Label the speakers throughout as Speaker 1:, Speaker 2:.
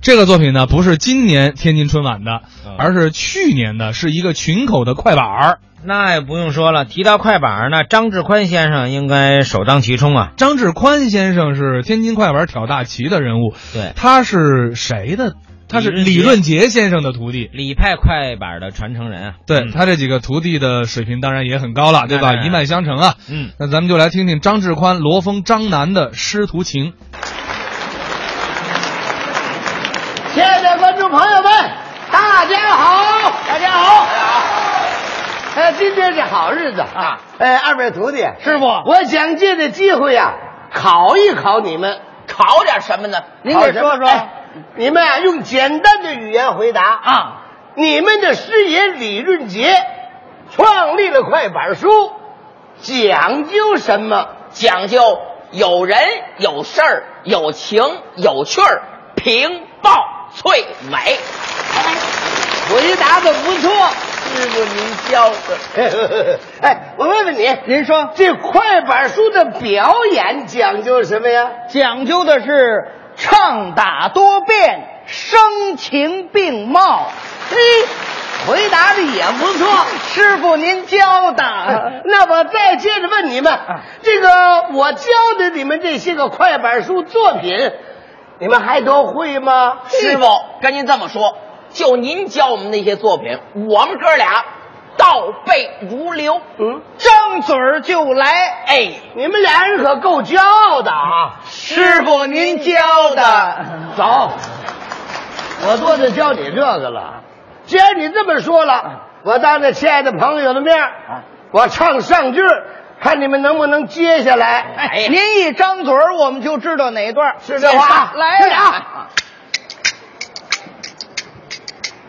Speaker 1: 这个作品呢，不是今年天津春晚的
Speaker 2: 嗯，
Speaker 1: 而是去年的，是一个群口的快板儿。
Speaker 2: 那也不用说了，提到快板儿呢，张志宽先生应该首当其冲啊。
Speaker 1: 张志宽先生是天津快板挑大旗的人物，
Speaker 2: 对，
Speaker 1: 他是谁的？他是
Speaker 2: 李
Speaker 1: 李
Speaker 2: 润
Speaker 1: 润杰先生的徒弟。
Speaker 2: 李派快板儿的传承人啊。
Speaker 1: 对
Speaker 2: 嗯哎
Speaker 1: 他这几个徒弟的水平当然也很高了，对
Speaker 2: 当
Speaker 1: 吧？
Speaker 2: 然
Speaker 1: 一脉相承啊。
Speaker 2: 嗯，
Speaker 1: 那咱们就来听听张志宽、罗峰、张楠的《师徒情》。
Speaker 3: 亲爱的观众朋友们，大家好，大家好，呃，今天是好日子啊！呃，二位徒弟，
Speaker 4: 师傅
Speaker 3: 我想借这机会呀、考一考你们。
Speaker 4: 考点什么呢？您给说说
Speaker 3: 哎你们啊，用简单的语言回答啊。
Speaker 4: 啊！
Speaker 3: 你们的师爷李润杰创立了快板书，讲究什么？
Speaker 4: 讲究有人、有事儿、有情、有趣儿，平爆脆美。
Speaker 3: 回答的不错，
Speaker 4: 师傅您教的
Speaker 3: 哎，我问问你，您说这快板书的表演讲究什么呀？
Speaker 5: 讲究的是唱打多变，声情并茂。
Speaker 3: 嘿，回答的也不错。
Speaker 5: 师傅您教的，
Speaker 3: 那我再接着问你们，这个我教的你们这些个快板书作品，你们还都会吗？
Speaker 4: 师傅，跟您这么说，就您教我们那些作品，我们哥俩倒背如流。
Speaker 3: 嗯，
Speaker 5: 张嘴儿就来。
Speaker 4: 哎，
Speaker 3: 你们俩人可够骄傲的啊！
Speaker 5: 师傅您教 的，
Speaker 3: 走，我多的教你这个了。既然你这么说了，我当着亲爱的朋友的面
Speaker 4: 啊
Speaker 3: 儿，我唱上句儿，看你们能不能接下来。
Speaker 4: 哎呀，
Speaker 5: 您一张嘴儿我们就知道哪段儿
Speaker 3: 是这话，
Speaker 5: 来
Speaker 3: 快点
Speaker 5: 呀！
Speaker 3: 啊！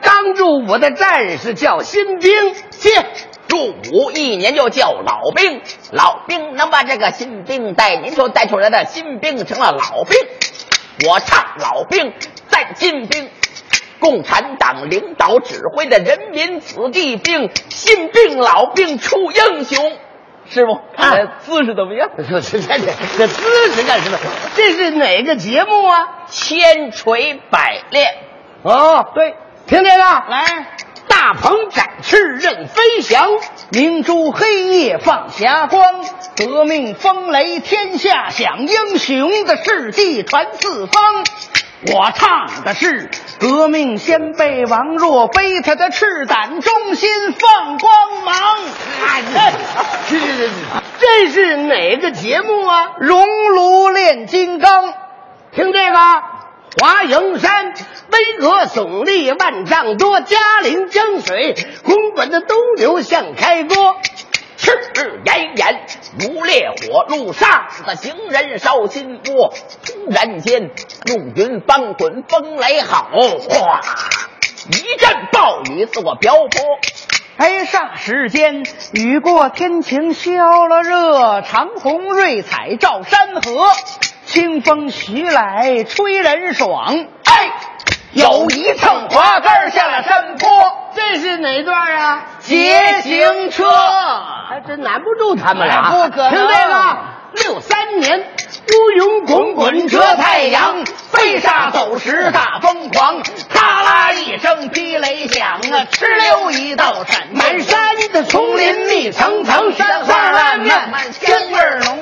Speaker 3: 当助我的战士叫新兵，接
Speaker 4: 入伍一年就叫老兵，老兵能把这个新兵带，您就带出来的新兵成了老兵。我唱老兵赞新兵，共产党领导指挥的人民子弟兵，新兵老兵出英雄。 师傅，
Speaker 5: 啊
Speaker 4: 看
Speaker 3: 哎
Speaker 4: 这姿势怎么样？
Speaker 3: 这这这这姿势干什么？这是哪个节目啊？
Speaker 4: 千锤百炼，
Speaker 3: 哦，对，听这个，
Speaker 5: 来，
Speaker 3: 大鹏展翅任飞翔，
Speaker 5: 明珠黑夜放霞光，革命风雷天下响，英雄的事迹传四方。我唱的是革命先辈王若飞，他的赤胆忠心放光芒。哎
Speaker 3: 这这这这是哪个节目啊？
Speaker 5: 熔炉炼金刚，
Speaker 3: 听这个。华蓥山，巍峨耸立万丈多；嘉陵江水，滚滚的东流向开锅。
Speaker 4: 赤炎炎如烈火，路上的行人烧心窝。突然间，怒云翻滚，风雷好，哗！一阵暴雨自我瓢泼，
Speaker 5: 哎，霎时间雨过天晴，消了热，长虹瑞彩照山河，清风徐来吹人爽。
Speaker 4: 哎，有一蹭滑竿儿下了山坡。
Speaker 3: 这是哪段啊？
Speaker 5: 捷行车
Speaker 3: 还真难不住他们俩。
Speaker 5: 哎不可能
Speaker 3: 听这个，六三年，乌云滚滚遮太阳，飞沙走石大疯狂，
Speaker 5: 咔啦一声劈雷响啊，哧溜一道闪电
Speaker 3: 满山的丛林密层层，山花烂漫，
Speaker 5: 香味儿浓
Speaker 3: 哎